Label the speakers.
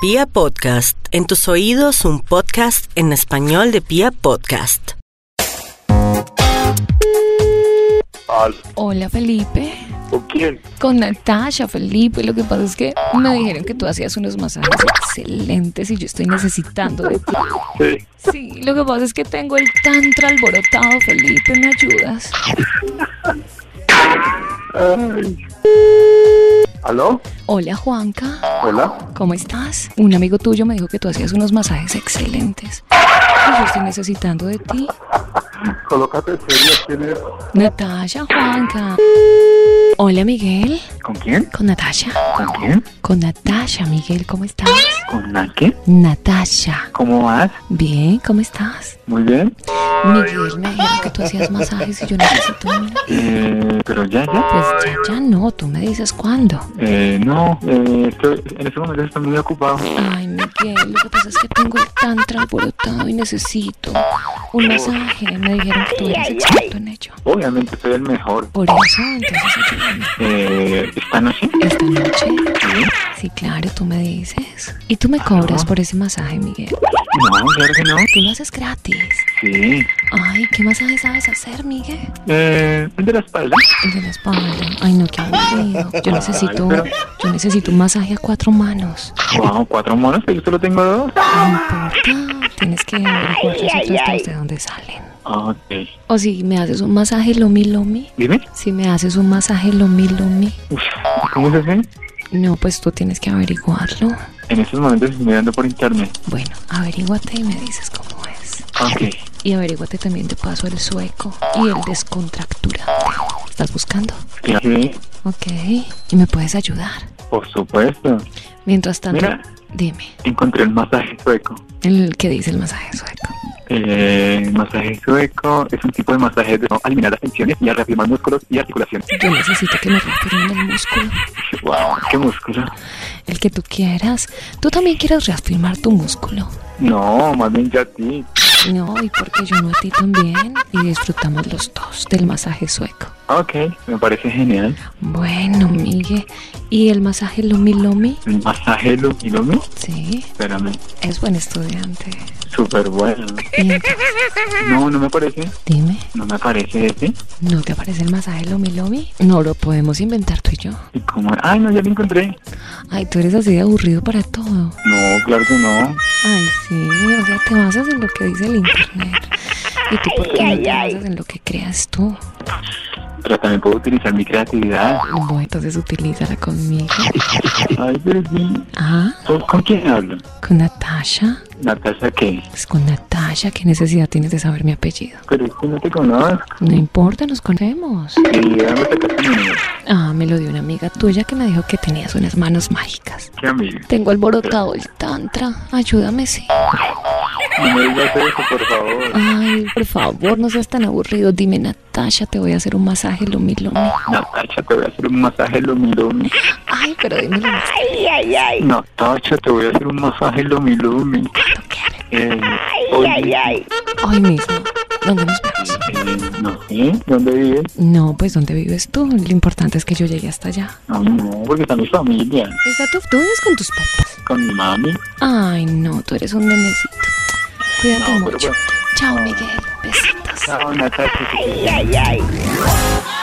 Speaker 1: Pia Podcast, en tus oídos un podcast en español de Pia Podcast.
Speaker 2: Al-
Speaker 3: Hola Felipe,
Speaker 2: ¿Con quién?
Speaker 3: con Natasha Felipe, lo que pasa es que me dijeron que tú hacías unos masajes excelentes y yo estoy necesitando de ti.
Speaker 2: Sí.
Speaker 3: Sí, lo que pasa es que tengo el tantra alborotado Felipe, ¿me ayudas?
Speaker 2: ¿Aló?
Speaker 3: Hola Juanca,
Speaker 2: ¿Hola?
Speaker 3: ¿cómo estás? Un amigo tuyo me dijo que tú hacías unos masajes excelentes y yo estoy necesitando de ti.
Speaker 2: Colócate serio, ¿quién es?
Speaker 3: Natasha, Juanca. Hola Miguel,
Speaker 2: ¿Con quién?
Speaker 3: con Natasha.
Speaker 2: ¿Con quién?
Speaker 3: Con Natasha, Miguel, ¿cómo estás?
Speaker 2: ¿Con la qué?
Speaker 3: Natasha.
Speaker 2: ¿Cómo vas?
Speaker 3: Bien, ¿cómo estás?
Speaker 2: Muy bien.
Speaker 3: Miguel me dijeron que tú hacías masajes y yo necesito uno.
Speaker 2: Eh, pero ya, ya.
Speaker 3: Pues ya, ya no, tú me dices cuándo.
Speaker 2: Eh, no, eh, estoy, en este momento estoy muy ocupado.
Speaker 3: Ay, Miguel, lo que pasa es que tengo el tantra alborotado y necesito un masaje. Me dijeron que tú eres experto en ello.
Speaker 2: Obviamente soy el mejor.
Speaker 3: Por eso, entonces, ayúdame.
Speaker 2: Eh, ¿Esta noche?
Speaker 3: esta noche. ¿eh? Sí, claro, tú me dices. Y tú me cobras por ese masaje, Miguel.
Speaker 2: No, claro que no.
Speaker 3: Tú lo haces gratis.
Speaker 2: Sí.
Speaker 3: Ay, ¿qué masaje sabes hacer, Miguel?
Speaker 2: Eh, ¿el de la espalda?
Speaker 3: El de la espalda. Ay, no, qué aburrido. Yo necesito,
Speaker 2: pero-
Speaker 3: yo necesito un masaje a cuatro manos.
Speaker 2: Wow, cuatro monos, pero yo solo tengo dos.
Speaker 3: No importa, tienes que averiguar los otros dos de dónde salen.
Speaker 2: Ah, Ok.
Speaker 3: O si me haces un masaje lomi lomi.
Speaker 2: Dime,
Speaker 3: Si me haces un masaje lomi lomi.
Speaker 2: Uf, ¿cómo se hace?
Speaker 3: No, pues tú tienes que averiguarlo.
Speaker 2: En estos momentos estoy mirando por internet.
Speaker 3: Bueno, averíguate y me dices cómo es.
Speaker 2: Ok.
Speaker 3: Y averíguate también de paso el sueco y el descontracturante. ¿Estás buscando?
Speaker 2: Sí,
Speaker 3: Ok. ¿Y me puedes ayudar?
Speaker 2: por supuesto.
Speaker 3: Mientras tanto,
Speaker 2: Mira.
Speaker 3: dime,
Speaker 2: Encontré el masaje sueco.
Speaker 3: ¿el que dice el masaje sueco?
Speaker 2: Eh, masaje sueco es un tipo de masaje de eliminar las tensiones y a reafirmar músculos y articulaciones.
Speaker 3: Yo necesito que me reafirmen el músculo.
Speaker 2: ¡Wow! ¡Qué músculo!
Speaker 3: El que tú quieras. Tú también quieres reafirmar tu músculo.
Speaker 2: No, más bien yo a ti.
Speaker 3: No, y porque yo no a ti también. Y disfrutamos los dos del masaje sueco.
Speaker 2: Ok, me parece genial.
Speaker 3: Bueno, Migue. ¿Y el masaje Lomi Lomi?
Speaker 2: El masaje Lumi Lumi,
Speaker 3: Sí,
Speaker 2: espérame,
Speaker 3: es buen estudiante.
Speaker 2: súper bueno.
Speaker 3: Y entonces,
Speaker 2: No, no me parece.
Speaker 3: dime,
Speaker 2: No me parece ese.
Speaker 3: ¿no te parece el masaje Lomi Lomi? No lo podemos inventar tú y yo.
Speaker 2: ¿Y cómo? ¡Ay, no, ya lo encontré!
Speaker 3: Ay, tú eres así de aburrido para todo.
Speaker 2: No, claro que no.
Speaker 3: Ay, sí, o sea, te basas en lo que dice el internet. ¿Y tú por qué no te basas en lo que creas tú?
Speaker 2: Pero también puedo utilizar mi creatividad.
Speaker 3: Bueno, entonces utilízala conmigo.
Speaker 2: Ay, pero sí.
Speaker 3: Ah,
Speaker 2: ¿Con- ¿Con quién hablo?
Speaker 3: con Natasha.
Speaker 2: ¿Natasha qué?
Speaker 3: Pues con Natasha, ¿qué necesidad tienes de saber mi apellido?
Speaker 2: Pero es que no te conozco.
Speaker 3: No importa, nos conocemos.
Speaker 2: ¿Y de dónde sacaste mi número?
Speaker 3: Ah, me lo dio una amiga tuya que me dijo que tenías unas manos mágicas.
Speaker 2: ¿Qué amigo?
Speaker 3: Tengo alborotado el tantra. Ayúdame, sí.
Speaker 2: No me digas eso, por favor.
Speaker 3: Ay, por favor, no seas tan aburrido. Dime, Natasha, te voy a hacer un masaje lomi lomi.
Speaker 2: Natacha, te voy a hacer un masaje lumilumi.
Speaker 3: Ay, pero dímelo más
Speaker 2: Natacha, te voy a hacer un masaje lumilumi.
Speaker 3: cuando quieras.
Speaker 2: Eh, hoy
Speaker 3: Hoy mismo. ¿Dónde nos vemos?
Speaker 2: mismo. Eh, no sé, ¿dónde vives?
Speaker 3: No, pues, ¿dónde vives tú? Lo importante es que yo llegué hasta allá.
Speaker 2: No, no, porque está mi familia.
Speaker 3: ¿Está tú? ¿Tú vives con tus papás?
Speaker 2: Con mi mami.
Speaker 3: Ay, no, tú eres un nenecito. Cuídate
Speaker 2: No, pero
Speaker 3: mucho.
Speaker 2: bueno.
Speaker 3: Chao, Miguel. Besitos.
Speaker 2: Chao, Natacha. que te-
Speaker 4: ay, ay.